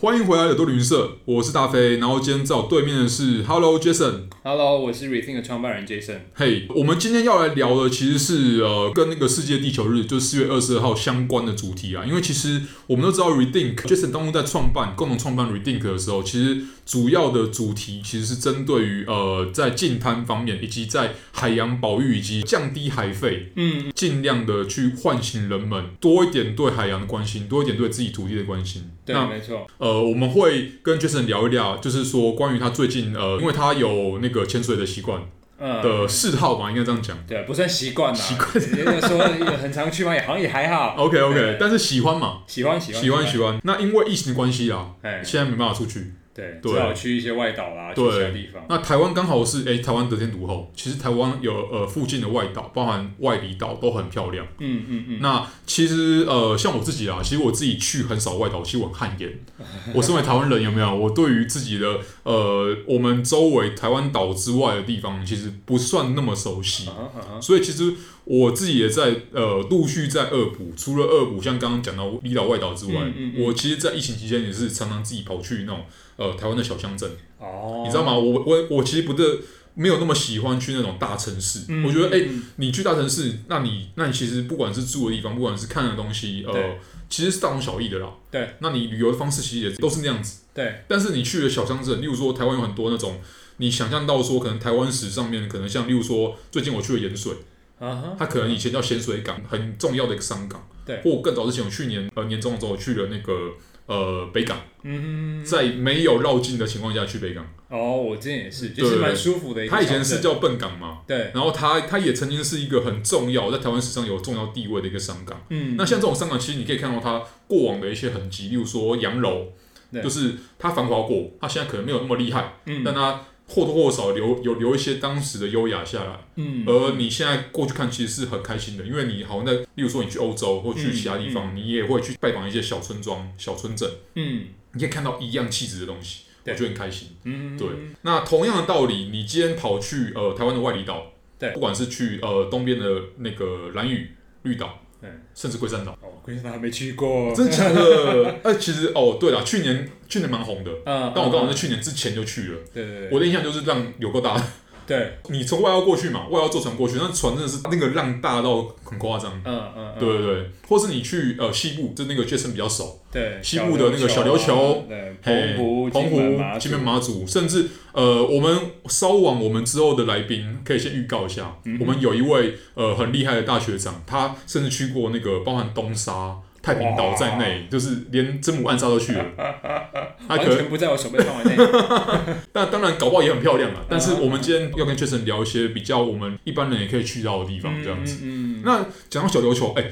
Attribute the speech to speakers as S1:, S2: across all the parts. S1: 欢迎回来，有多旅行社，我是大飞。然后今天在我对面的是 Hello Jason。
S2: Hello，我是 Rethink 的创办人 Jason。
S1: 嘿、我们今天要来聊的其实是呃，跟那个世界地球日，就是四月二十二号相关的主题啊。因为其实我们都知道，Rethink Jason 当初在创办共同创办 Rethink 的时候，其实主要的主题其实是针对于呃，在净滩方面，以及在海洋保育以及降低海费，
S2: 嗯，
S1: 尽量的去唤醒人们多一点对海洋的关心，多一点对自己土地的关心。
S2: 对，
S1: 那
S2: 没错，
S1: 呃，我们会跟 Jason 聊一聊，就是说关于他最近呃，因为他有那个潜水的习惯
S2: 嗯，
S1: 的嗜好吧，应该这样讲。
S2: 对，不算习惯啦，
S1: 习
S2: 惯，说也很常去嘛，也好像也还好，
S1: OK
S2: 对
S1: OK，但是喜欢嘛，
S2: 喜欢喜欢
S1: 喜欢喜欢。那因为疫情的关系啦，
S2: 哎，
S1: 现在没办法出去。
S2: 对，
S1: 对
S2: 只好去一些外岛啊啦，去
S1: 对
S2: 其他地方，
S1: 那台湾刚好是哎、台湾得天独厚，其实台湾有呃附近的外岛，包含外里岛都很漂亮。
S2: 嗯嗯嗯，
S1: 那其实呃，像我自己啊，其实我自己去很少外岛，其实我很汗 颜。我身为台湾人，有没有？我对于自己的呃，我们周围台湾岛之外的地方，其实不算那么熟悉。
S2: 啊哈啊哈
S1: 所以其实我自己也在呃陆续在恶补，除了恶补，像刚刚讲到离岛外岛之外，
S2: 嗯嗯嗯
S1: 我其实，在疫情期间也是常常自己跑去那种呃台湾的小乡镇，
S2: 哦，
S1: 你知道吗？我我我其实不是没有那么喜欢去那种大城市，
S2: 嗯？
S1: 我觉得哎、
S2: 嗯
S1: 你去大城市，那你那你其实不管是住的地方，不管是看的东西，呃
S2: 对，
S1: 其实是大同小异的啦。
S2: 对，
S1: 那你旅游的方式其实也都是那样子。
S2: 对，
S1: 但是你去了小乡镇，例如说台湾有很多那种，你想象到说可能台湾史上面可能像例如说最近我去了盐水，
S2: 啊哈，
S1: 它可能以前叫咸水港，很重要的一个商港。
S2: 对
S1: 或更早之前，我去年呃年中的时候我去了那个呃北港，
S2: 嗯嗯，嗯
S1: 在没有绕境的情况下去北港，
S2: 哦，我之前也是，就是
S1: 对
S2: 蛮舒服的一个
S1: 它
S2: 小
S1: 以前
S2: 镇，
S1: 是叫笨港嘛，
S2: 对，
S1: 然后它它也曾经是一个很重要在台湾史上有重要地位的一个商港。
S2: 嗯，
S1: 那像这种商港，其实你可以看到它过往的一些痕迹，例如说洋楼，
S2: 对
S1: 就是它繁华过，它现在可能没有那么厉害，
S2: 嗯
S1: 但它或多或少留有留一些当时的优雅下来。
S2: 嗯，
S1: 而你现在过去看，其实是很开心的，因为你好像在，例如说你去欧洲或去其他地方，你也会去拜访一些小村庄、小村镇，
S2: 嗯
S1: 你可以看到一样气质的东西，我
S2: 对
S1: 觉得很开心。
S2: 嗯，
S1: 对那同样的道理，你今天跑去呃台湾的外里岛，
S2: 对
S1: 不管是去呃东边的那个蓝屿、绿岛，
S2: 对，
S1: 甚至龟山 岛，
S2: 哦，龟山岛还没去过，
S1: 真的假的？哎，其实哦，对了，去年去年蛮红的，
S2: 嗯，
S1: 但我刚好在
S2: 去，
S1: 去年之前就去了。
S2: 对对
S1: 我
S2: 对，
S1: 的印象就是浪有够大，
S2: 对，
S1: 你从外澳过去嘛，外澳坐船过去，那船真的是那个浪大到很夸张。
S2: 嗯嗯，嗯
S1: 对对对，或是你去呃西部，就那个 Jason 比较熟，
S2: 对，
S1: 西部的那个小琉球
S2: 啊对，
S1: 嘿
S2: 澎湖、
S1: 澎
S2: 金门
S1: 湖、
S2: 马祖
S1: 金门、马祖，甚至呃，我们稍往我们之后的来宾可以先预告一下，
S2: 嗯哼
S1: 我们有一位呃很厉害的大学长，他甚至去过那个包含东沙、太平岛在内，就是连真母暗沙都去 了。他
S2: 完
S1: 啊可能，
S2: 全不在我手背范围内。
S1: 但当然搞不好也很漂亮啊。但是
S2: 嗯
S1: 我们今天要跟 Jason 聊一些比较我们一般人也可以去到的地方，这样子。
S2: 嗯，嗯嗯
S1: 那讲到小琉球，哎、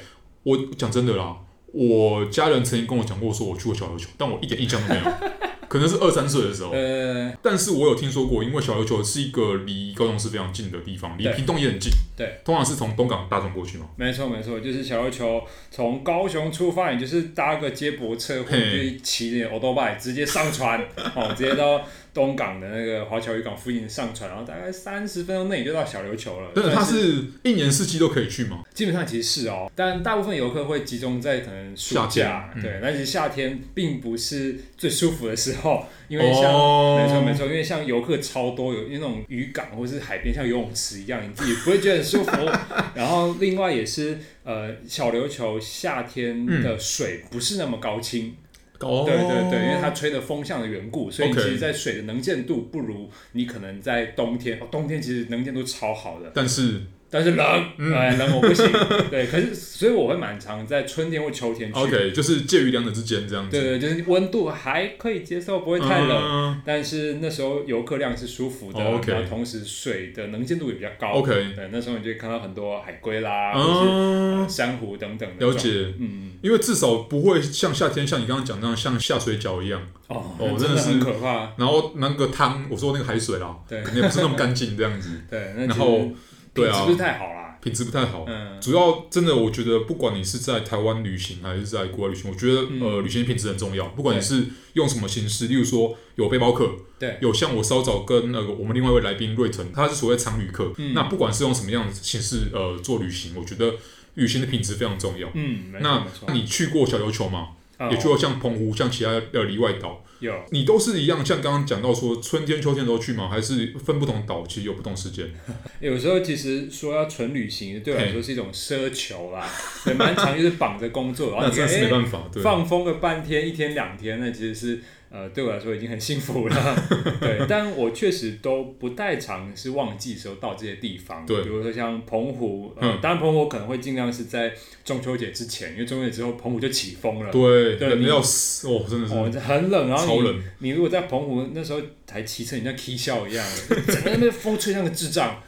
S1: 我讲真的啦，我家人曾经跟我讲过，说我去过小琉球，但我一点印象都没有， 可能是二三岁的时候。
S2: 呃，
S1: 但是我有听说过，因为小琉球是一个离高雄市非常近的地方，离
S2: 对
S1: 屏东也很近。
S2: 对，
S1: 通常是从东港搭船过去嘛。
S2: 没错没错，就是小琉球从高雄出发，你就是搭个接驳车，或者就是骑着 o d o b i 直接 上船，哦，直接到东港的那个华侨渔港附近上船，然后大概三十分钟内你就到小琉球了。
S1: 但是它
S2: 算
S1: 是一年四季都可以去嘛。
S2: 基本上其实是哦，但大部分游客会集中在可能暑
S1: 夏天
S2: 假，
S1: 嗯
S2: 对，但是夏天并不是最舒服的时候，因为像、
S1: 哦
S2: 没错没错，因为像游客超多，有那种渔港或是海边像游泳池一样，你自己不会觉得 很舒服。然后另外也是呃，小琉球夏天的水不是那么高清，
S1: 哦，
S2: 对对对，因为它吹的风向的缘故，所以你
S1: OK
S2: 其实在水的能见度不如你可能在冬天，哦，冬天其实能见度超好的。
S1: 但是
S2: 但是冷，
S1: 嗯
S2: 哎、冷我不行。对，可是所以我会蛮常在春天或秋天 去。
S1: OK，就是介于两者之间这样子。
S2: 对对，就是温度还可以接受，不会太冷。
S1: 嗯
S2: 但是那时候游客量是舒服的，
S1: 哦，OK
S2: 然后同时水的能见度也比较高。
S1: OK，
S2: 对，那时候你就会看到很多海龟啦，或是、
S1: 嗯
S2: 呃，珊瑚等等的。
S1: 了。解。
S2: 嗯，
S1: 因为至少不会像夏天，像你刚刚讲那样，像下水饺一样。
S2: 哦，
S1: 哦
S2: 那
S1: 真的
S2: 真
S1: 是
S2: 很可怕。
S1: 然后那个汤，我说那个海水啦，
S2: 对
S1: 肯定不是那么干净这样子，
S2: 对，那
S1: 然后对啊
S2: 是不是太好啦？
S1: 品质不太好。
S2: 嗯，
S1: 主要真的，我觉得不管你是在台湾旅行还是在国外旅行，我觉得、
S2: 嗯
S1: 呃，旅行品质很重要。不管你
S2: 对
S1: 是用什么形式，例如说有背包客，
S2: 对，
S1: 有像我稍早跟呃我们另外一位来宾瑞腾，他是所谓常旅客。
S2: 嗯
S1: 那不管是用什么样的形式呃做旅行，我觉得旅行的品质非常重要。
S2: 嗯，没错
S1: 那
S2: 没错
S1: 那。你去过小琉球吗？
S2: 嗯
S1: 也去过像澎湖、像其他的离外岛，
S2: 有
S1: 你都是一样，像刚刚讲到说春天、秋天都去吗？还是分不同岛，其实有不同时间？
S2: 有时候其实说要纯旅行，对我来说是一种奢求啦，也蛮常就是绑着工作，然后
S1: 那
S2: 你
S1: 真
S2: 看
S1: 的是
S2: 哎
S1: 没办法，对，
S2: 放风个半天、一天、两天，那其实是呃对我来说已经很幸福了。 对，但我确实都不太常是旺季时候到这些地方。
S1: 对
S2: 比如说像澎湖，呃
S1: 嗯
S2: 当然澎湖我可能会尽量是在中秋节之前，因为中秋节之后澎湖就起风了。
S1: 对，
S2: 对
S1: 冷
S2: 你
S1: 的要死哦，真的是
S2: 哦，很冷，然后
S1: 超
S2: 你
S1: 冷，
S2: 你如果在澎湖那时候还骑车，你像 K 笑一样，整个那边风吹像个智障，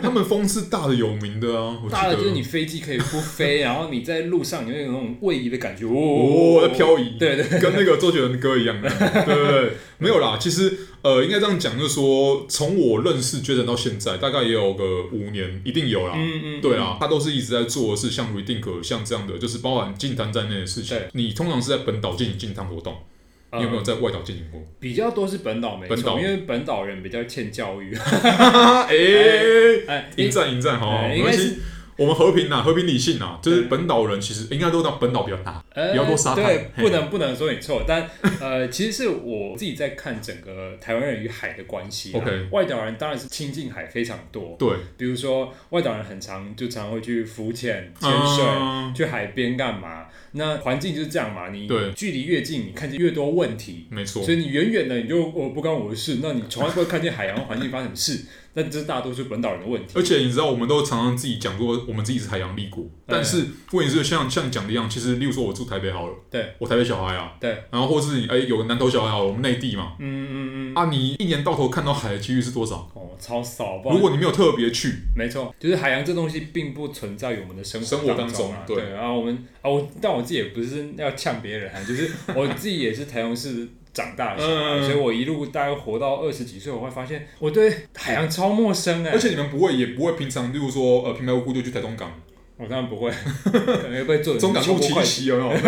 S1: 他们风是大的有名的啊，我记
S2: 大的
S1: 得
S2: 就是你飞机可以不飞，然后你在路上你会有那种位移的感觉，哦
S1: 哦，在漂移，
S2: 对对，
S1: 跟那个周杰伦的歌一样，对对对，没有啦。其实呃，应该这样讲，就是说，从我认识 Jason 到现在，大概也有个五年，一定有啦。
S2: 嗯嗯，
S1: 对啊啦，他都是一直在做的是像 Redink 像这样的，就是包含进滩在内的事情
S2: 对。
S1: 你通常是在本岛进行进滩活动，
S2: 嗯，
S1: 你有没有在外岛进行过？
S2: 比较多是本岛没
S1: 本岛
S2: 错，因为本岛人比较欠教 育。
S1: 啊，哎，
S2: 哎，
S1: 迎战迎战，好，
S2: 哎
S1: 没
S2: 应该
S1: 关
S2: 是
S1: 系。我们和平呐，和平理性呐，就是
S2: 对
S1: 本岛人其实应该都到本岛比较大，
S2: 呃
S1: 比较多沙滩
S2: 对，
S1: 嘿
S2: 不能不能说你错，但呃，其实是我自己在看整个台湾人与海的关系啊。
S1: OK
S2: 外岛人当然是亲近海非常多，
S1: 对，
S2: 比如说外岛人很常就常会去浮潜、潜水。
S1: 嗯，
S2: 去海边干嘛？那环境就是这样嘛，你
S1: 对
S2: 距离越近，你看见越多问题，
S1: 没错
S2: 所，以你远远的你就我不干我的事，那你从来不会看见海洋环境发生什么事，那这是大多数本岛人的问题。
S1: 而且你知道，我们都常常自己讲过，我们自己是海洋立国。但是问题是像，像讲的一样，其实，例如说，我住台北好了，
S2: 对，
S1: 我台北小孩啊，
S2: 对，
S1: 然后或是你哎、有个南投小孩好了，我们内地嘛，
S2: 嗯嗯嗯，
S1: 啊，你一年到头看到海的几率是多少？
S2: 哦，超少吧？
S1: 如果你没有特别去，
S2: 没错，就是海洋这东西并不存在于我们的生
S1: 生活
S2: 当
S1: 当中
S2: 啊。
S1: 对
S2: 对，然后我们啊，我但我自己也不是要呛别人啊，就是我自己也是台中市长大的小孩，
S1: 嗯
S2: 所以我一路大概活到二十几岁，我会发现我对海洋超陌生哎、
S1: 而且你们不会也不会平常，例如说，呃，平白无故就去台中港，
S2: 我当然不会，可能被 做
S1: 中港路
S2: 路
S1: 七夕有没有？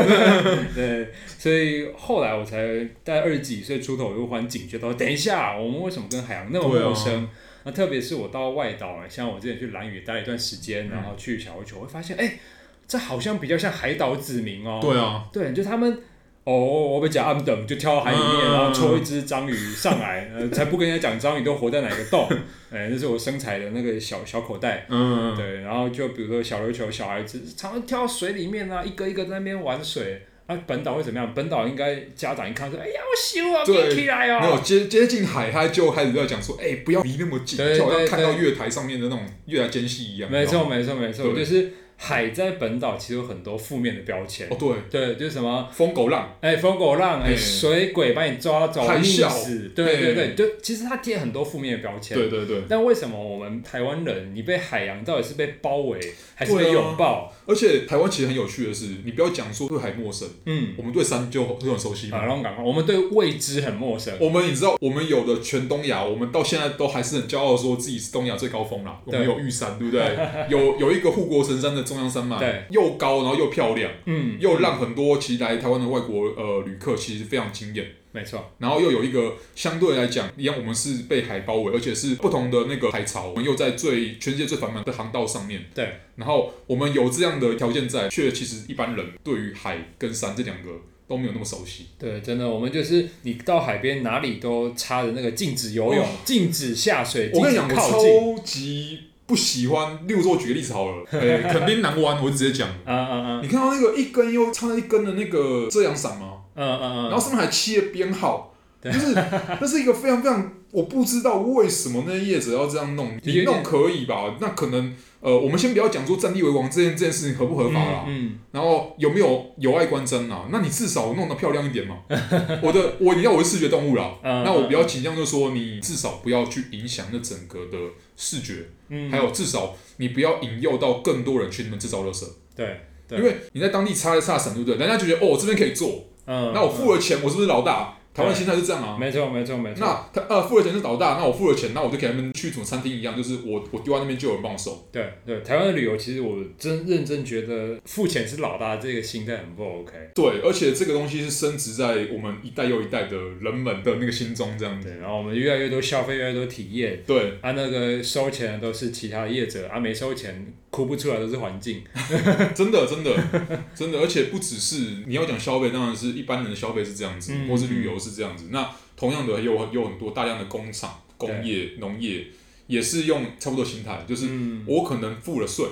S2: 对，所以后来我才在二十几岁出头，我又忽然警觉到，等一下，我们为什么跟海洋那么
S1: 对啊
S2: 陌生？那特别是我到外岛啊，像我之前去蓝屿待了一段时间，然
S1: 嗯
S2: 后去小琉球，我会发现，哎、这好像比较像海岛子民哦。
S1: 对啊，
S2: 对，就他们。哦，我被讲暗等，就跳到海里面，
S1: 嗯
S2: 然后抽一只章鱼上来，呃，才不跟人家讲章鱼都活在哪 个洞，哎，那是我生财的那个小小口袋，
S1: 嗯，
S2: 对，啊然后就比如说小琉球小孩子常常跳到水里面啊，一个一个在那边玩水。啊，本岛会怎么样？本岛应该家长一看说：“哎呀，我修啊，
S1: 对
S2: 别起来
S1: 没有
S2: 哦。
S1: 接接近海，他就开始在讲说，哎、不要离那么近，
S2: 对
S1: 就好像
S2: 对
S1: 看到
S2: 对
S1: 月台上面的那种月台间隙一”样。
S2: 没
S1: 你知道
S2: 错，没错，没错，
S1: 对
S2: 就是海在本岛其实有很多负面的标签。
S1: 吗，哦，
S2: 对，就是什么
S1: 对，疯狗浪。
S2: 哎，疯狗浪，哎，
S1: 哎
S2: 水鬼把你抓走，
S1: 海
S2: 溺
S1: 啸
S2: 死，对对
S1: 哎
S2: 对，就其实它贴很多负面的标签。
S1: 对对对，
S2: 但为什么我们台湾人，你被海洋到底是被包围，还是
S1: 对
S2: 被
S1: 啊
S2: 拥抱？
S1: 而且台湾其实很有趣的是，你不要讲说对海陌生，
S2: 嗯，
S1: 我们对山就很就很熟悉
S2: 啊，
S1: 嘛。
S2: 让我赶快，我们对未知很陌生。
S1: 我们你知道，我们有的全东亚，我们到现在都还是很骄傲，说自己是东亚最高峰啦。我
S2: 对
S1: 们有玉山，对不对？ 有有一个护国神山的中央山脉，
S2: 对，
S1: 又高，然后又漂亮，
S2: 嗯，
S1: 又让很多其实来台湾的外国呃旅客其实非常惊艳。
S2: 没错。
S1: 然后又有一个相对来讲，一样我们是被海包围，而且是不同的那个海潮，我们又在最全世界最繁忙的航道上面。
S2: 对，
S1: 然后我们有这样的条件在，却其实一般人对于海跟山这两个都没有那么熟悉。
S2: 对，真的，我们就是你到海边哪里都插着那个禁止游泳、
S1: 哦
S2: 禁止下水、
S1: 我
S2: 禁
S1: 跟你
S2: 止
S1: 讲，我
S2: 靠近。
S1: 超级不喜欢。例如说，我举个例子好 了，哎诶，垦丁南湾，我就直接讲，
S2: 啊啊啊
S1: 你看到那个一根又插了一根的那个遮阳伞吗？
S2: 啊啊
S1: 然
S2: 啊
S1: 后！上面还漆了编号，就是 那是一个非常非常，我不知道为什么那些业者要这样弄，
S2: 就
S1: 你
S2: 有点
S1: 弄可以吧？那可能呃，我们先不要讲说占地为王这件这件事情合不合法啦，
S2: 嗯，
S1: 然后有没有有碍观瞻啊？那你至少弄得漂亮一点嘛。 我的我，你要我是视觉动物啦，
S2: 嗯
S1: 那我比较倾向就说，你至少不要去影响那整个的视觉，
S2: 嗯
S1: 还有至少你不要引诱到更多人去那边制造垃圾，
S2: 对对，
S1: 因为你在当地插了插伞，对不对？人家就觉得哦，我这边可以做，
S2: 嗯，
S1: 那我付了钱，我是不是老大？台湾心态是这样啊。
S2: 没错没错没错。
S1: 那他呃付了钱是老大，那我付了钱，那我就给他们去什么餐厅一样，就是我我丢在那边就有人帮我收。
S2: 对对，台湾的旅游其实我真认真觉得付钱是老大这个心态很不 OK。
S1: 对，而且这个东西是深植在我们一代又一代的人们的那个心中，这样子。
S2: 对，然后我们越来越多消费，越来越多体验。
S1: 对，
S2: 啊，那个收钱的都是其他业者，啊，没收钱哭不出来都是环境。
S1: 真的真的 真的，而且不只是你要讲消费，当然是一般人的消费是这样子，
S2: 嗯
S1: 或是旅游是这样子。那同样的，有有很多大量的工厂、工业、农业也是用差不多心态，就是
S2: 嗯，
S1: 我可能付了税，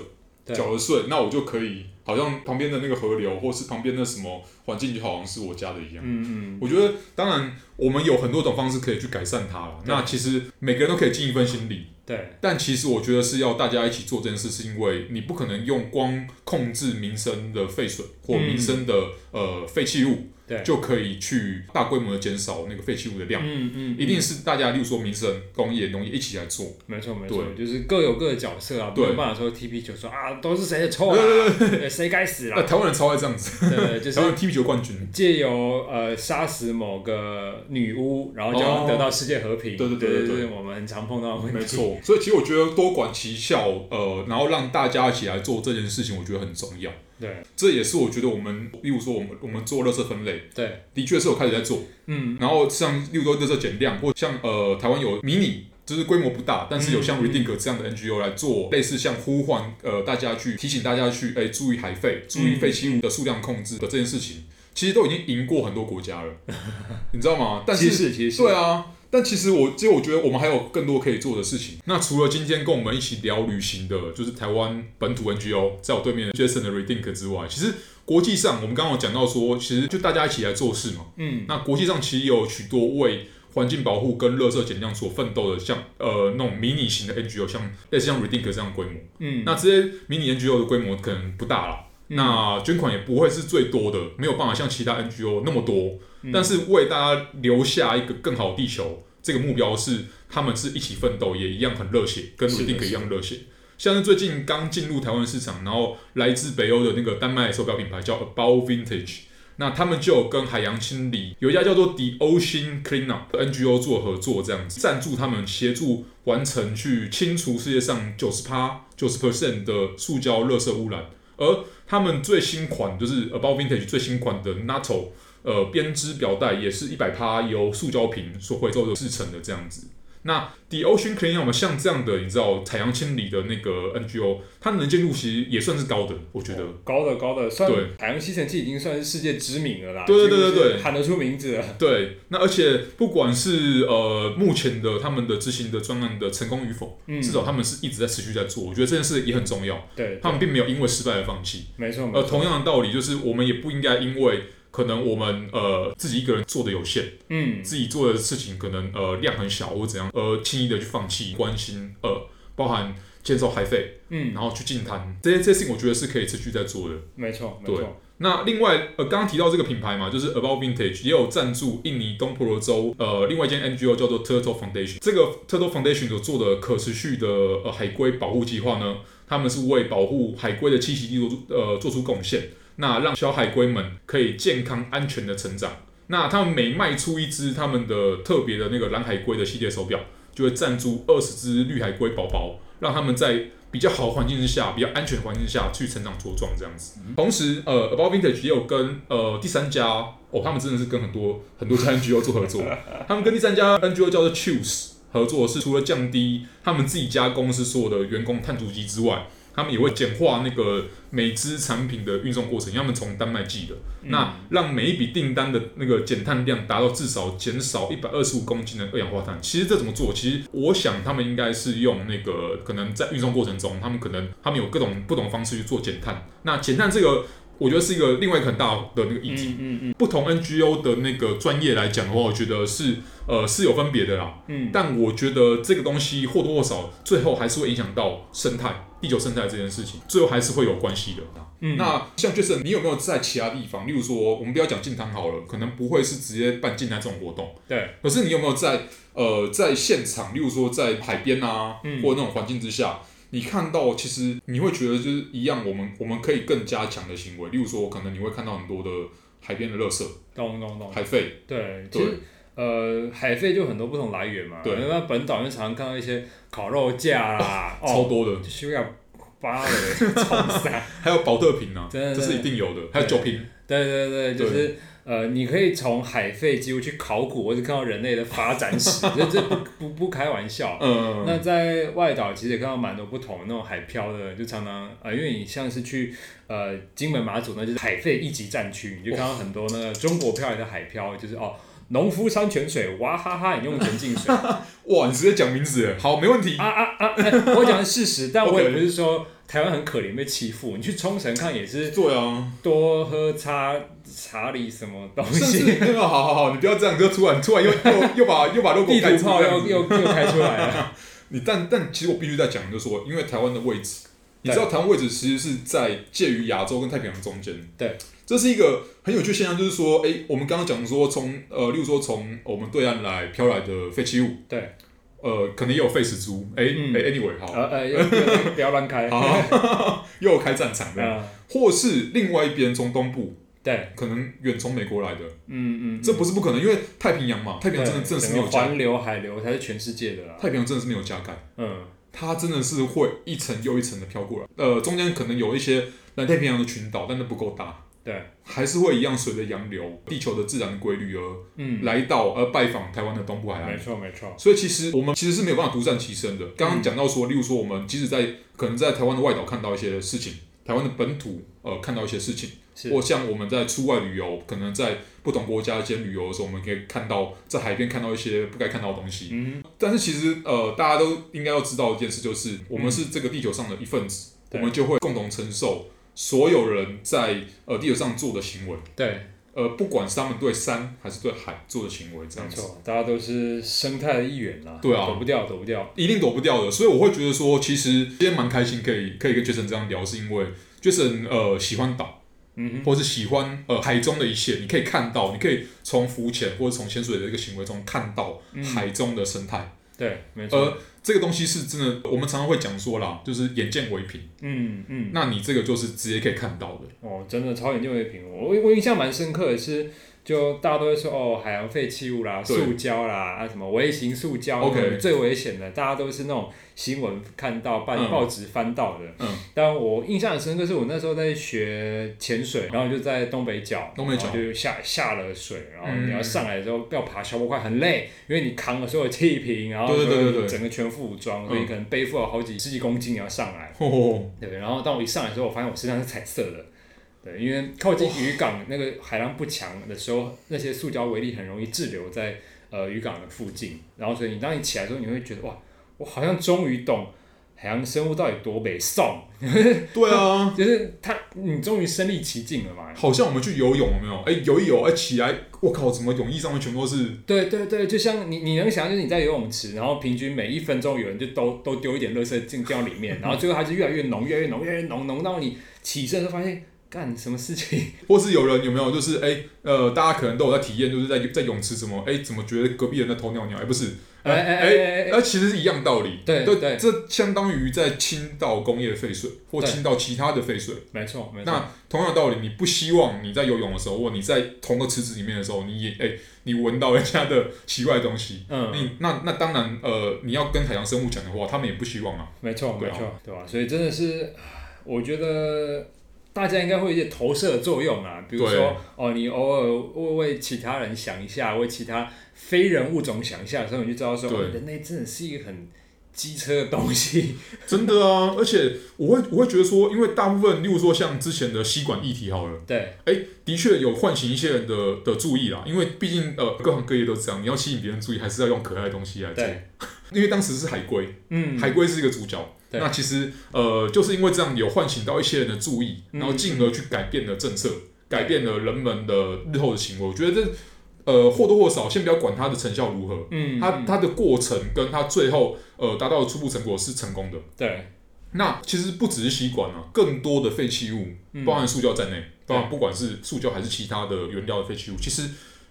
S2: 对
S1: 缴了税，那我就可以好像旁边的那个河流，或是旁边的什么环境，就好像是我家的一样。
S2: 嗯嗯，
S1: 我觉得，当然，我们有很多种方式可以去改善它了。
S2: 对
S1: 那其实每个人都可以尽一份心力，
S2: 对
S1: 但其实我觉得是要大家一起做这件事，是因为你不可能用光控制民生的废水或
S2: 嗯
S1: 民生的、呃废弃物
S2: 对，
S1: 就可以去大规模的减少那个废弃物的量，
S2: 嗯嗯，
S1: 一定是大家，例如说民生、工业、农业一起来做。
S2: 没错没错，就是各有各的角色啊，没
S1: 对
S2: 有办法说 TP 九说啊都是谁的错啊，对谁该死
S1: 那
S2: 啊，
S1: 台湾人超爱这样子，
S2: 对，就是
S1: 台湾 T B 球冠军，
S2: 借由呃杀死某个女巫，然后就
S1: 哦
S2: 要得到世界和平。
S1: 对对
S2: 对
S1: 对对
S2: 对
S1: 对
S2: 我们很常碰到的问题。
S1: 没，错。所以其实我觉得多管齐下，呃，然后让大家一起来做这件事情，我觉得很重要。
S2: 对
S1: 这也是我觉得我们，例如说我们我们做垃圾分类，
S2: 对，
S1: 的确是有开始在做。
S2: 嗯，
S1: 然后像例如说垃圾减量，或像呃台湾有迷你，就是规模不大，但是有像
S2: 嗯
S1: Redink 这样的 NGO 来做类似像呼唤呃大家去提醒大家去哎注意海废、注意废弃物的数量控制的这件事情，其实都已经赢过很多国家 了，你知道吗？但
S2: 其
S1: 是
S2: 实其实
S1: 对，啊。但其实我，其实我觉得我们还有更多可以做的事情。那除了今天跟我们一起聊旅行的，就是台湾本土 NGO，在我对面的 Jason 的 Redink 之外，其实国际上我们刚刚有讲到说，其实就大家一起来做事嘛。
S2: 嗯，
S1: 那国际上其实也有许多为环境保护跟垃圾减量所奋斗的像，呃那种迷你型的 NGO，像类似像 Redink 这样的规模。
S2: 嗯，
S1: 那这些迷你 NGO 的规模可能不大啦，
S2: 嗯
S1: 那捐款也不会是最多的，没有办法像其他 NGO 那么多。
S2: 嗯
S1: 但是为大家留下一个更好的地球，这个目标是他们是一起奋斗，也一样很热血，跟
S2: 是的
S1: Redink 一样热血。像是最近刚进入台湾市场，然后来自北欧的那个丹麦手表品牌叫 About Vintage，那他们就有跟海洋清理有一家叫做 The Ocean Cleanup 的 NGO 做合作，这样子赞助他们协助完成去清除世界上九十趴九十 percent 的塑胶垃圾污染。而他们最新款就是 About Vintage 最新款的 NATO 呃编织表带，也是一百趴由塑胶瓶所回收的制成的这样子。那 The Ocean Cleanup 像这样的，你知道海洋清理的那个 NGO，它能见度其实也算是高的，我觉得。
S2: 高的高的，算
S1: 对
S2: 海洋吸尘器已经算是世界知名了啦。
S1: 对对对对
S2: 几乎是
S1: 对
S2: 喊得出名字了。
S1: 对，那而且不管是呃目前的他们的执行的专案的成功与否，
S2: 嗯，
S1: 至少他们是一直在持续在做。我觉得这件事也很重要，
S2: 对，嗯
S1: 他们并没有因为失败而放弃。
S2: 没错
S1: 呃，
S2: 没错。
S1: 同样的道理，就是我们也不应该因为可能我们呃自己一个人做的有限，
S2: 嗯，
S1: 自己做的事情可能呃量很小或怎样，呃轻易的去放弃关心呃包含减少海费，
S2: 嗯，
S1: 然后去净滩这些这些事情，我觉得是可以持续在做的。
S2: 没错没
S1: 对
S2: 错。
S1: 那另外，呃，刚刚提到这个品牌嘛，就是 About Vintage 也有赞助印尼东婆罗洲，呃，另外一间 NGO 叫做 Turtle Foundation。这个 Turtle Foundation 所做的可持续的呃海龟保护计划呢，他们是为保护海龟的栖息地做出呃做出贡献，那让小海龟们可以健康安全的成长。那他们每卖出一只他们的特别的那个蓝海龟的系列手表，就会赞助二十只绿海龟宝宝，让他们在比较好的环境之下、比较安全的环境下去成长茁壮这样子。同时，呃，About Vintage 也有跟呃第三家哦，他们真的是跟很多很多家 NGO 做合作，他们跟第三家 NGO 叫做 Choose 合作，是除了降低他们自己家公司所有的员工碳足迹之外，他们也会简化那个每支产品的运送过程，因为他们从丹麦寄的，那让每一笔订单的那个减碳量达到至少减少一百二十五公斤的二氧化碳。其实这怎么做？其实我想他们应该是用那个可能在运送过程中，他们可能他们有各种不同的方式去做减碳。那减碳这个，我觉得是一个另外一个很大的那个议题。
S2: 嗯嗯嗯
S1: 不同 NGO 的那个专业来讲的话，我觉得是呃是有分别的啦。
S2: 嗯，
S1: 但我觉得这个东西或多或少最后还是会影响到生态、地球生态这件事情，最后还是会有关系的。
S2: 嗯
S1: 那像 Jason，你有没有在其他地方，例如说我们不要讲进汤好了，可能不会是直接办进来这种活动，
S2: 嗯对，
S1: 可是你有没有在呃在现场，例如说在海边啊，
S2: 嗯
S1: 或者那种环境之下，你看到其实你会觉得就是一样，我们我们可以更加强的行为，例如说可能你会看到很多的海边的垃圾、
S2: 懂懂懂。
S1: 海废，
S2: 对，其
S1: 对
S2: 实呃，海费就很多不同来源嘛。
S1: 对
S2: 那本岛就常常看到一些烤肉 架啦，
S1: 超
S2: 哦，
S1: 多的，
S2: 修改八嘞， 冲啥？
S1: 还有保特瓶啊，
S2: 真的
S1: 这是一定有的，还有酒瓶，
S2: 对对对，就
S1: 对
S2: 是呃，你可以从海费几乎去考古，或者看到人类的发 展史，这这不不不开玩笑。
S1: 嗯，
S2: 那在外岛其实也看到蛮多不同的那种海漂的，就常常呃，因为你像是去呃金门马祖那就是海废一级战区，你就看到很多那个中国漂移的海漂，就是哦农夫山泉水，哇哈哈饮用纯净水，啊
S1: 哇，你直接讲名字耶，好，没问题，
S2: 啊啊！哎我讲的 是事实，但我也
S1: OK
S2: 不是说台湾很可怜被欺负，你去冲绳看也是
S1: 对啊，
S2: 多喝茶茶里什么东
S1: 甚
S2: 西，
S1: 至那个，好好好，你不要这样，就突然突然又又又把又把 logo
S2: 地
S1: 盖
S2: 图
S1: 出
S2: 炮
S1: 来
S2: 又又又开出来 了。
S1: 你但但其实我必须在讲，就是说，因为台湾的位置，你
S2: 对
S1: 知道台湾位置其实是在介于亚洲跟太平洋中间。
S2: 对，
S1: 这是一个很有趣的现象，就是说，哎、我们刚刚讲说从呃，例如说从我们对岸来飘来的废弃物，
S2: 对，
S1: 呃，可能也有废死猪，哎、
S2: 嗯
S1: 哎、a n y w a y 好，
S2: 呃呃，又又不要乱开。
S1: 好，哦 又有开战场的，
S2: 嗯，
S1: 或是另外一边从东部，
S2: 对，
S1: 可能远从美国来的，
S2: 嗯嗯，
S1: 这不是不可能，因为太平洋嘛，太平洋真的
S2: 对
S1: 真的是没
S2: 整
S1: 有
S2: 个
S1: 加，
S2: 环流、海流才是全世界的啦。
S1: 太平洋真的是没有加盖。
S2: 嗯，
S1: 它真的是会一层又一层的飘过来。呃，中间可能有一些南太平洋的群岛，但那不够大，
S2: 对，
S1: 还是会一样随着洋流、地球的自然规律而
S2: 嗯，
S1: 来到而拜访台湾的东部海
S2: 没
S1: 岸。
S2: 错没错，
S1: 所以其实我们其实是没有办法独善其身
S2: 嗯
S1: 的。刚刚讲到说，例如说我们即使在可能在台湾的外岛看到一些事情，台湾的本土呃看到一些事情，
S2: 是
S1: 或像我们在出外旅游，可能在不同国家间旅游的时候，我们可以看到在海边看到一些不该看到的东西。
S2: 嗯，
S1: 但是其实呃，大家都应该要知道一件事，就是我们是这个地球上的一份子，
S2: 对
S1: 我们就会共同承受所有人在呃地球上做的行为，
S2: 对，
S1: 呃，不管是他们对山还是对海做的行为，这
S2: 没
S1: 样子
S2: 错，大家都是生态的一员啦。
S1: 对啊
S2: 躲不掉，躲不掉。
S1: 一定躲不掉的。所以我会觉得说，其实今天蛮开心，可以可以跟 Jason 这样聊，是因为 Jason 呃喜欢岛，
S2: 嗯哼，
S1: 或是喜欢呃海中的一切，你可以看到，你可以从浮潜或者从潜水的这个行为中看到
S2: 嗯
S1: 海中的生态。
S2: 对，没错
S1: 呃。，这个东西是真的，我们常常会讲说啦，就是眼见为凭。
S2: 嗯嗯。
S1: 那你这个就是直接可以看到的。
S2: 哦，真的超眼见为凭。我我印象蛮深刻的是，就大家都会说哦，海洋废弃物啦、
S1: 对
S2: 塑胶啦啊什么微型塑胶
S1: OK
S2: 那种最危险的，大家都是那种新闻看到、报
S1: 嗯
S2: 报纸翻到的。
S1: 嗯，
S2: 但我印象很深刻，是我那时候在学潜水，然后就在东北角，
S1: 东北角
S2: 然后就下下了水，然后
S1: 嗯
S2: 你要上来的时候要爬消波块很累，因为你扛了所有气瓶，然后
S1: 对对对对对
S2: 整个全副武装，所以
S1: 嗯
S2: 你可能背负了好几十几公斤你要上来。
S1: 哦，
S2: 对，然后当我一上来的时候，我发现我身上是彩色的。对，因为靠近渔港那个海浪不强的时候，那些塑胶微粒很容易滞留在呃渔港的附近，然后所以你当你起来的时候，你会觉得哇，我好像终于懂海洋生物到底多北宋，
S1: 对啊，
S2: 就是它你终于身临其境了嘛。
S1: 好像我们去游泳有没有？哎、游一游，哎、起来，我靠，怎么泳衣上面全部都是？
S2: 对对对，就像你你能想，象，就是你在游泳池，然后平均每一分钟有人就都都丢一点垃圾进掉里面，然后最后它就越来越浓，越来越浓，越来越浓，浓到你起身的时候发现干什么事情。
S1: 或是有人有没有？就是哎、呃，大家可能都有在体验，就是在在泳池怎么哎、怎么觉得隔壁人在偷尿尿？哎、不是，
S2: 哎哎哎哎哎
S1: 呃，其实是一样道理。
S2: 对
S1: 对
S2: 对
S1: 这相当于在倾倒工业废水或
S2: 对
S1: 倾倒其他的废水。
S2: 没错，没错，
S1: 那同样的道理，你不希望你在游泳的时候，或你在同个池子里面的时候，你也哎、你闻到人家的奇怪的东西。
S2: 嗯，
S1: 你那那当然，呃，你要跟海洋生物讲的话，他们也不希望啊。
S2: 没错，
S1: 对
S2: 没
S1: 啊
S2: 错，对吧、所以真的是，我觉得大家应该会有一些投射作用啊，比如
S1: 对
S2: 说哦，你偶尔为为其他人想一下，为其他非人物种想一下的时候，你就知道说，
S1: 对
S2: 哦、人类真的是一个很机车的 东西。
S1: 真的啊，而且我会我会觉得说，因为大部分，例如说像之前的吸管议题好了，
S2: 对，
S1: 哎、的确有唤醒一些人的的注意啦。因为毕竟呃，各行各业都这样，你要吸引别人注意，还是要用可爱的东西来做。
S2: 对，
S1: 因为当时是海龟，
S2: 嗯，
S1: 海龟是一个主角。
S2: 对
S1: 那其实呃，就是因为这样有唤醒到一些人的注意，
S2: 嗯
S1: 然后进而去改变了政策，改变了人们的日后的行为。我觉得这呃或多或少，先不要管它的成效如何，
S2: 嗯，
S1: 它
S2: 嗯，
S1: 它的过程跟它最后呃达到的初步成果是成功的。
S2: 对，
S1: 那其实不只是吸管啊，更多的废弃物，
S2: 嗯
S1: 包含塑胶在内，包含不管是塑胶还是其他的原料的废弃物，其实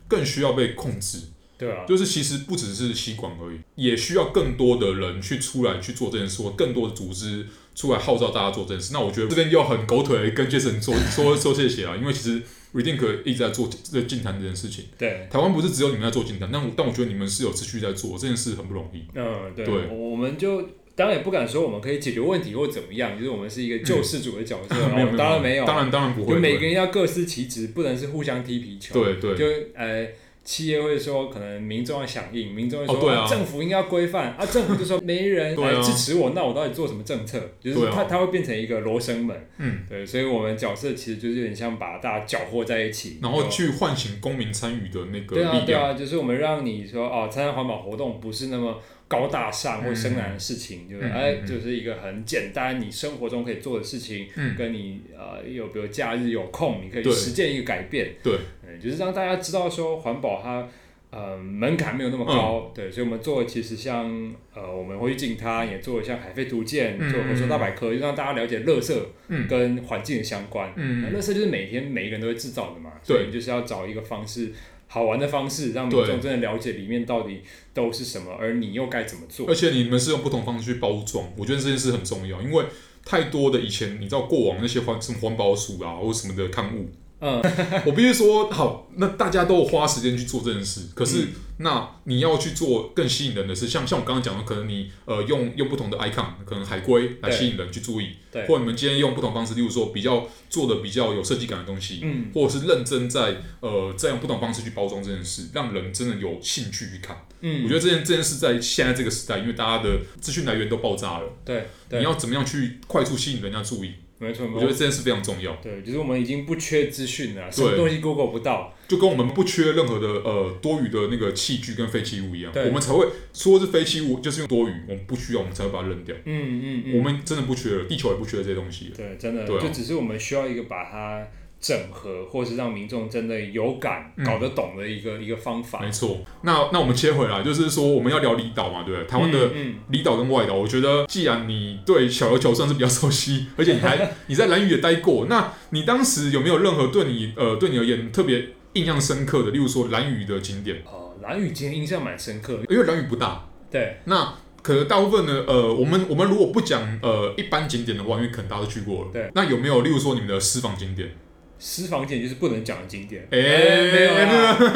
S1: 更需要被控制。
S2: 对啊，
S1: 就是其实不只是吸管而已，也需要更多的人去出来去做这件事，或更多的组织 出来号召大家做这件事。那我觉得这边又很狗腿地跟 Jason 说说说谢谢啊，因为其实 Redink 一直在做在净坛这件事情。
S2: 对，
S1: 台湾不是只有你们在做净坛，但我但我觉得你们是有持续在做这件事，很不容易。
S2: 嗯，对，
S1: 对
S2: 我我们就当然也不敢说我们可以解决问题或怎么样，就是我们是一个救世主的角色，然
S1: 没有
S2: 后当然没有，
S1: 当然当然不会。
S2: 就每个
S1: 对
S2: 人要各司其职，不能是互相踢皮球。
S1: 对对，
S2: 就呃，企业会说可能民众要响应，民众会说、
S1: 哦对啊
S2: 政府应该要规范啊，政府就说没人
S1: 对啊
S2: 来支持我，那我到底做什么政策？就是
S1: 对啊
S2: 它、它会变成一个罗生门。
S1: 嗯，
S2: 对，所以我们角色其实就是有点像把大家搅和在一起，
S1: 然后去唤醒公民参与的那个
S2: 啊对啊，
S1: 力
S2: 对
S1: 量。
S2: 啊，就是我们让你说哦，参加环保活动不是那么高大上或深难的事情，就是
S1: 嗯
S2: 哎，
S1: 嗯嗯
S2: 就是一个很简单，你生活中可以做的事情，
S1: 嗯
S2: 跟你呃有比如假日有空，你可以
S1: 对
S2: 实践一个改变，
S1: 对
S2: 嗯，就是让大家知道说环保它。呃，门槛没有那么
S1: 嗯
S2: 高，对，所以我们做的其实像呃，我们会去进它，也做像海废图鉴，
S1: 嗯
S2: 做回收大百科，就让大家了解垃圾
S1: 嗯
S2: 跟环境的相关。
S1: 嗯
S2: 那
S1: 嗯
S2: 垃圾就是每天每一个人都会制造的嘛，
S1: 对
S2: 所以你就是要找一个方式，好玩的方式，让民众
S1: 对
S2: 真的了解里面到底都是什么，而你又该怎么做
S1: 而。且你们是用不同方式去包装，我觉得这件事很重要，因为太多的以前你知道过往那些环什么环保署啊或什么的刊物，
S2: 嗯，
S1: 我必须说好，那大家都有花时间去做这件事，可是、
S2: 嗯
S1: 那你要去做更吸引人的事，像像我刚刚讲的，可能你呃用用不同的 icon，可能海龟来
S2: 对
S1: 吸引人去注意，
S2: 对，
S1: 或者你们今天用不同方式，例如说比较做的比较有设计感的东西，
S2: 嗯，
S1: 或者是认真在呃再用不同方式去包装这件事，让人真的有兴趣去看。
S2: 嗯，
S1: 我觉得这件这件事在现在这个时代，因为大家的资讯来源都爆炸了，
S2: 对
S1: 你
S2: 对，哦
S1: 要怎么样去快速吸引人家注意？
S2: 没错，
S1: 我
S2: 没
S1: 觉得
S2: 错。
S1: 这件事非常重要，
S2: 对，就是我们已经不缺资讯了，什么东西 Google 不到。
S1: 就跟我们不缺任何的呃多余的那个器具跟废弃物一样，
S2: 对
S1: 我们才会说是废弃物，就是用多余，我们不需要，我们才会把它扔掉。
S2: 嗯嗯嗯，
S1: 我们真的不缺了，地球也不缺这些东西了。
S2: 对，真的，
S1: 对啊
S2: 就只是我们需要一个把它整合，或是让民众真的有感、
S1: 嗯
S2: 搞得懂的一个一个方法。
S1: 没错，那那我们切回来，就是说我们要聊离岛嘛，对不对？台湾的
S2: 嗯嗯
S1: 离岛跟外岛，我觉得既然你对小琉球算是比较熟悉，而且你还你在蓝屿也待过，那你当时有没有任何对你呃对你而言特别印象深刻的，例如说蓝屿的景点？
S2: 哦，蓝宇今天印象蛮深刻的。
S1: 因为蓝屿不大，
S2: 对，
S1: 那可能大部分的呃，我们我们如果不讲呃一般景点的话，因为可能大家都去过了，
S2: 对，
S1: 那有没有例如说你们的私房景点？
S2: 私房景就是不能讲的景点。
S1: 哎、啊
S2: 哎没有啦
S1: 那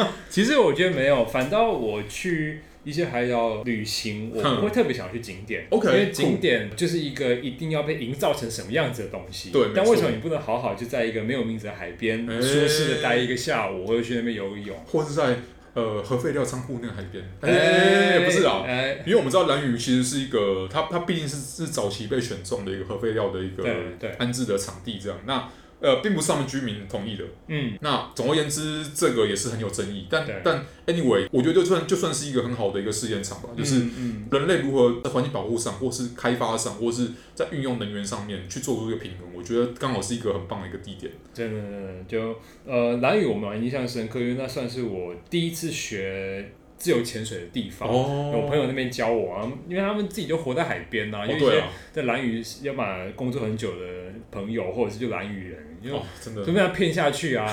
S1: 个
S2: 其实我觉得没有，反倒我去一些海岛旅行，我
S1: 哼
S2: 不会特别想去景点
S1: OK，
S2: 因为景点就是一个一定要被营造成什么样子的东西。
S1: 对没
S2: 但为什
S1: 错
S2: 么你不能好好就在一个没有名字的海边，
S1: 哎
S2: 舒适的待一个下午，或者去那边游个泳？
S1: 或是在呃核废料仓库那个海边？哎、
S2: 哎
S1: 不是啊。
S2: 哎，
S1: 因为我们知道蓝屿其实是一个，它它毕竟是是早期被选中的一个核废料的一个
S2: 对对
S1: 安置的场地，这样那呃，并不是他们居民同意的。
S2: 嗯，
S1: 那总而言之，这个也是很有争议。但
S2: 对
S1: 但 anyway，我觉得就算就算是一个很好的一个试验场吧，就是
S2: 嗯嗯
S1: 人类如何在环境保护上，或是开发上，或是在运用能源上面去做出一个平衡，我觉得刚好是一个很棒的一个地点。
S2: 真的真的就呃，蓝屿我蛮印象深刻，因为那算是我第一次学自由潜水的地方。我朋
S1: 哦，
S2: 友那边教我啊，因为他们自己就活在海边呐、啊，
S1: 哦
S2: 有一
S1: 对
S2: 些
S1: 啊，
S2: 在蓝屿，要么工作很久的朋友，或者是就蓝屿人，就
S1: 哦，真的
S2: 就，被他骗下去 啊。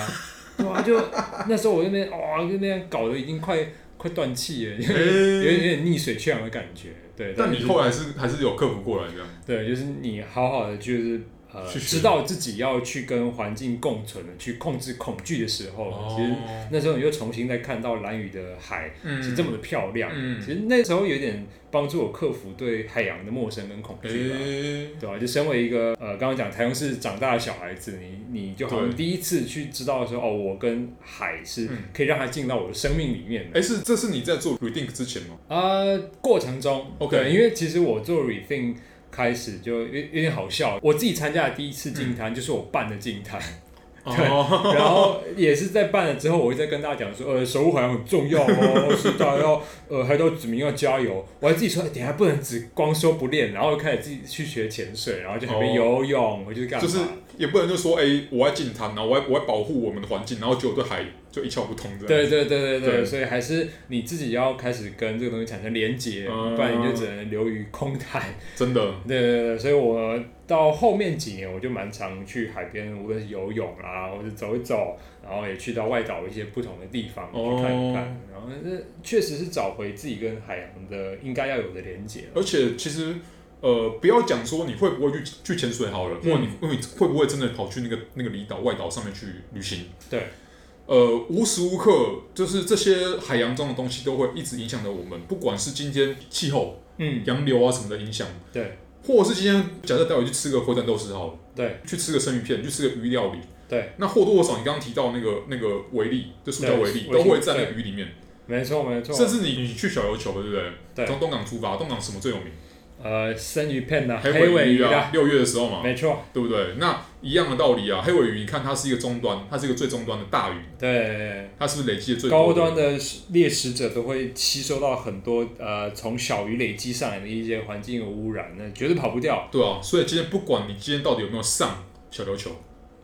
S2: 对啊，就那时候我就那边哇，就那样搞得已经快快断气了， 有
S1: 哎
S2: 点有点逆水缺氧的感觉。对，
S1: 但
S2: 是
S1: 你后来是还是有克服过来这样。
S2: 对，就是你好好的就是。呃，
S1: 去学
S2: 知道自己要去跟环境共存的，去控制恐惧的时候，其实
S1: 哦，
S2: 那时候你就重新再看到蓝屿的海
S1: 嗯
S2: 是这么的漂亮。
S1: 嗯
S2: 其实那时候有点帮助我克服对海洋的陌生跟恐惧吧。
S1: 诶
S2: 对啊，就身为一个呃，刚刚讲台中市长大的小孩子，你你就好像
S1: 对
S2: 第一次去知道说，哦，我跟海是
S1: 嗯
S2: 可以让它进到我的生命里面的。
S1: 哎，是这是你在做 rethink 之前吗？
S2: 啊、过程中
S1: OK
S2: 对因为其实我做 rethink 开始就有有点好笑，我自己参加的第一次进
S1: 嗯
S2: 滩、就是我办的进滩，
S1: 哦，
S2: 然后也是在办了之后，我一直在跟大家讲说，呃，守护海洋很重要哦，是大家要呃，海岛子民要加油。我还自己说，哎等一下不能只光说不练，然后开始自己去学潜水，然后就海边
S1: 哦
S2: 游泳，我就是干嘛？
S1: 就是也不能就说，哎，我要进滩，然后我要我要保护我们的环境，然后结果对海就一窍不通这样。
S2: 对对对对对，
S1: 对
S2: 所以还是你自己要开始跟这个东西产生连接，
S1: 嗯
S2: 不然你就只能流于空谈。
S1: 真的，
S2: 对对对，所以我到后面几年，我就蛮常去海边，无论是游泳啊，或者走一走，然后也去到外岛一些不同的地方
S1: 哦
S2: 去看一看，然后这确实是找回自己跟海洋的应该要有的连接了。
S1: 而且其实呃，不要讲说你会不会去去潜水好了，
S2: 嗯
S1: 或你会会不会真的跑去那个那个离岛外岛上面去旅行？
S2: 对，
S1: 呃，无时无刻就是这些海洋中的东西都会一直影响着我们，不管是今天气候、
S2: 嗯，
S1: 洋流啊什么的影响，
S2: 对
S1: 或者是今天假设待会去吃个回转豆豉好了，
S2: 对
S1: 去吃个生鱼片，去吃个鱼料理，
S2: 对，
S1: 那或多或少你刚刚提到那个那个微粒，就塑胶
S2: 对
S1: 微粒
S2: 微
S1: 都
S2: 粒
S1: 会在那
S2: 对
S1: 个鱼里面，
S2: 没错没错，
S1: 甚至你你去小琉球对不对？
S2: 对
S1: 从东港出发，东港什么最有名？
S2: 呃生鱼片呐，
S1: 黑
S2: 尾
S1: 尾
S2: 鱼
S1: 鱼
S2: 啦
S1: 啊，，六月的时候嘛，
S2: 没错，
S1: 对不对？那一样的道理啊，黑尾鱼，你看它是一个终端，它是一个最终端的大鱼，
S2: 对，
S1: 它是不是累积的最多
S2: 高端的猎食者都会吸收到很多呃从小鱼累积上来的一些环境的污染，那绝对跑不掉。
S1: 对啊，所以今天不管你今天到底有没有上小琉球，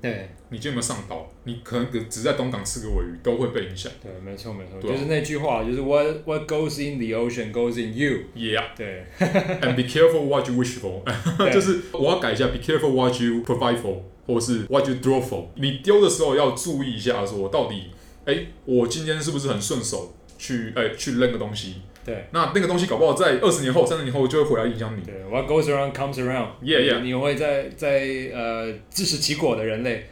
S2: 对
S1: 你今天有没有上岛，你可能只在东港吃个尾鱼都会被影响。
S2: 对，没错没错，
S1: 对啊
S2: 就是那句话，就是 What What goes in the ocean goes in you。
S1: Yeah,
S2: 对
S1: and be careful what you wish for 。
S2: 对
S1: 就是我要改一下，be careful what you provide for，或是 what you draw for。你丢的时候要注意一下，说到底，哎，我今天是不是很顺手去哎去扔个东西？
S2: 对
S1: 那那个东西搞不好在二十年后、三十年后就会回来影响你。
S2: 对，What goes around comes around。
S1: Yeah, yeah
S2: 你会在在呃自食其果的人类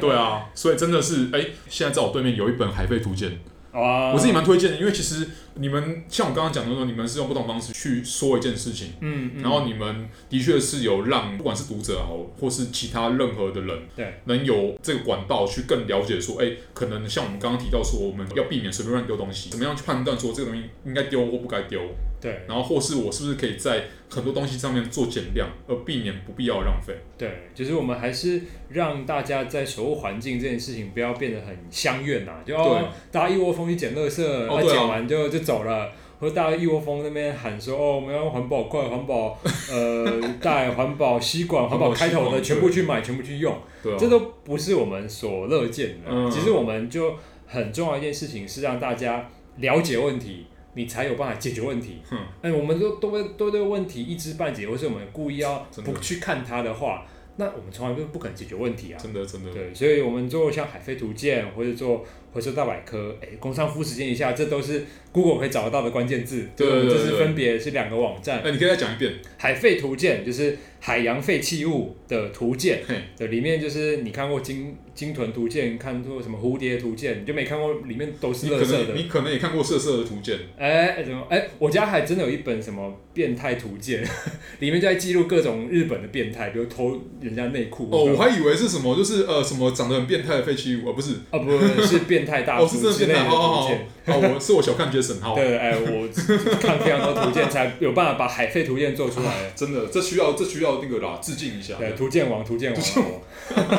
S1: 对啊，所以真的是，哎、现在在我对面有一本《海贝图鉴》，
S2: 啊，
S1: 我自己蛮推荐的，因为其实你们像我刚刚讲的说，你们是用不同方式去说一件事情，
S2: 嗯，嗯
S1: 然后你们的确是有让不管是读者好，或是其他任何的人，
S2: 对，
S1: 能有这个管道去更了解说，哎、可能像我们刚刚提到说，我们要避免随便乱丢东西，怎么样去判断说这个东西应该丢或不该丢，
S2: 对
S1: 然后或是我是不是可以在很多东西上面做减量，而避免不必要的浪费。
S2: 对，就是我们还是让大家在守护环境这件事情不要变得很相怨呐、就、哦、大家一窝蜂去捡垃圾，然后
S1: 对啊
S2: 捡完就就走了。或者大家一窝蜂那边喊说哦，我们要环保筷、环保 呃袋、环保吸管、环保开头
S1: 环保
S2: 的，
S1: 吸管
S2: 全部去买，全部去用，
S1: 对啊，
S2: 这都不是我们所乐见的。
S1: 嗯
S2: 其实我们就很重要一件事情是让大家了解问题，你才有办法解决问题。
S1: 哼，
S2: 哎、我们都都会都对问题一知半解，或是我们故意要
S1: 真的
S2: 不去看它的话，那我们从来都不可能解决问题啊。
S1: 真的真的，
S2: 对，所以我们做像海飞图鉴，或者做回收大百科，哎、工商服实践一下，这都是 Google 可以找得到的关键字。
S1: 对对对
S2: 这是
S1: 对
S2: 分别是两个网站
S1: 哎、。你可以再讲一遍，
S2: 海废图鉴就是海洋废弃物的图鉴，
S1: 嘿，
S2: 对，里面就是你看过鲸鲸豚图鉴，看过什么蝴蝶图鉴，你就没看过里面都是
S1: 你
S2: 垃
S1: 可
S2: 圾的
S1: 能。你可能也看过《色色的图鉴》，
S2: 哎、怎么？哎、我家还真的有一本什么变态图鉴， 里面就在记录各种日本的变态，比如偷人家内裤。
S1: 哦，我还以为是什么，就是呃什么长得很变态的废弃物，而、不是，
S2: 啊，不不不是变态大
S1: 哦是
S2: 叔
S1: 真的
S2: 之类
S1: 变
S2: 的
S1: 态，好好
S2: 图
S1: 好，哦
S2: 鉴。
S1: 我是我小看 Jason，好，
S2: 对，哎、我 看非常多图鉴，才有办法把海废图鉴做出来。
S1: 真的这需要这需要那个啦，致敬一下，
S2: 对，图鉴王，图鉴王。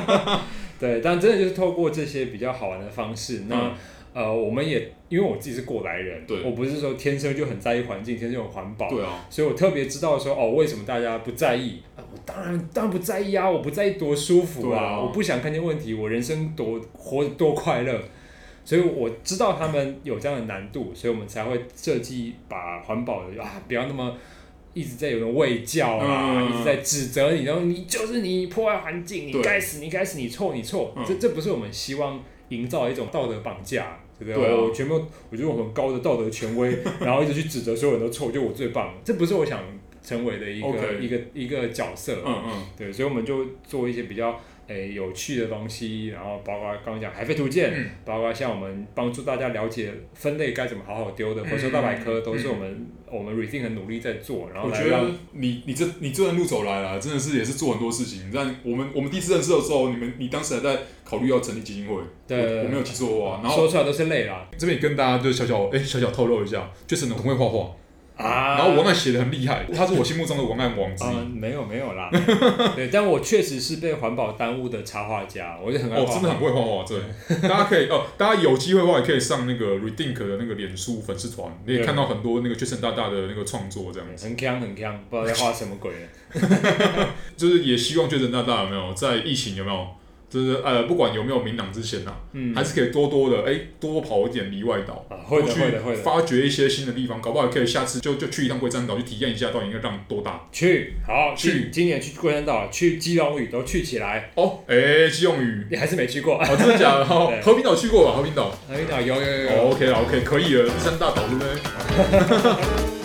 S2: 对，但真的就是透过这些比较好玩的方式，那、
S1: 嗯
S2: 呃，我们也因为我自己是过来人，
S1: 对
S2: 我不是说天生就很在意环境，天生就很环保，
S1: 对啊，
S2: 所以我特别知道说哦，为什么大家不在意？啊、我当然当然不在意啊，我不在意多舒服
S1: 对
S2: 啊，
S1: 啊
S2: 我不想看见问题，我人生多活得多快乐。所以我知道他们有这样的难度，所以我们才会设计把环保的啊，不要那么一直在有人喂教啊，
S1: 嗯
S2: 一直在指责你，然后你就是你破坏环境，你
S1: 对
S2: 该死，你该死，你错，你错。
S1: 嗯
S2: 这这不是我们希望营造一种道德绑架，对不对？
S1: 对啊
S2: 我全部我就用很高的道德权威，然后一直去指责所有人都错，就我最棒，这不是我想成为的一个
S1: OK
S2: 一个一个角色。
S1: 嗯嗯，
S2: 对，所以我们就做一些比较诶、有趣的东西，然后包括刚刚讲海飞图鉴，
S1: 嗯
S2: 包括像我们帮助大家了解分类该怎么好好丢的，
S1: 嗯
S2: 回收大百科
S1: 嗯
S2: 都是我们、我们 Rethink 很努力在做，然后
S1: 我
S2: 来
S1: 觉
S2: 让
S1: 得你你这你这段路走来了，真的是也是做很多事情，但我们我们第一次认识的时候，你们你当时还在考虑要成立基金会，
S2: 对
S1: 我我没有记错的话，然后
S2: 说出来都是泪啦
S1: 这边也跟大家就小小哎、小小透露一下，Jason 很会画画，
S2: 啊
S1: 然后文案写的很厉害，他是我心目中的文案王之一。
S2: 啊，没有没有啦，对，但我确实是被环保耽误的插画家，我就很爱画
S1: 哦，
S2: 画、
S1: 真的很会画画，对，大家可以哦，大家有机会的话也可以上那个 Rethink 的那个脸书粉丝团，你也
S2: 对
S1: 看到很多那个 Jason 大大的那个创作，这样
S2: 对
S1: 子，
S2: 很强很强，不知道在画什么鬼了。
S1: 就是也希望 Jason 大大有没有在疫情有没有，就是呃不管有没有明朗之前呐、
S2: 嗯，
S1: 还是可以多多的哎、多多跑一点离外岛，
S2: 啊，会的
S1: 多去
S2: 会的会的，
S1: 发掘一些新的地方，搞不好可以下次就就去一趟龟山岛去体验一下到底应该浪多大
S2: 去好
S1: 去
S2: 去，今年去龟山岛、去基隆屿都去起来，
S1: 哦，哎、基隆屿，
S2: 你还是没去过。
S1: 哦真的假的？哦
S2: 对
S1: 和平岛去过吧？和平岛，
S2: 海岛有有有有
S1: 哦 OK 了 OK 可以了，第三大岛对不对？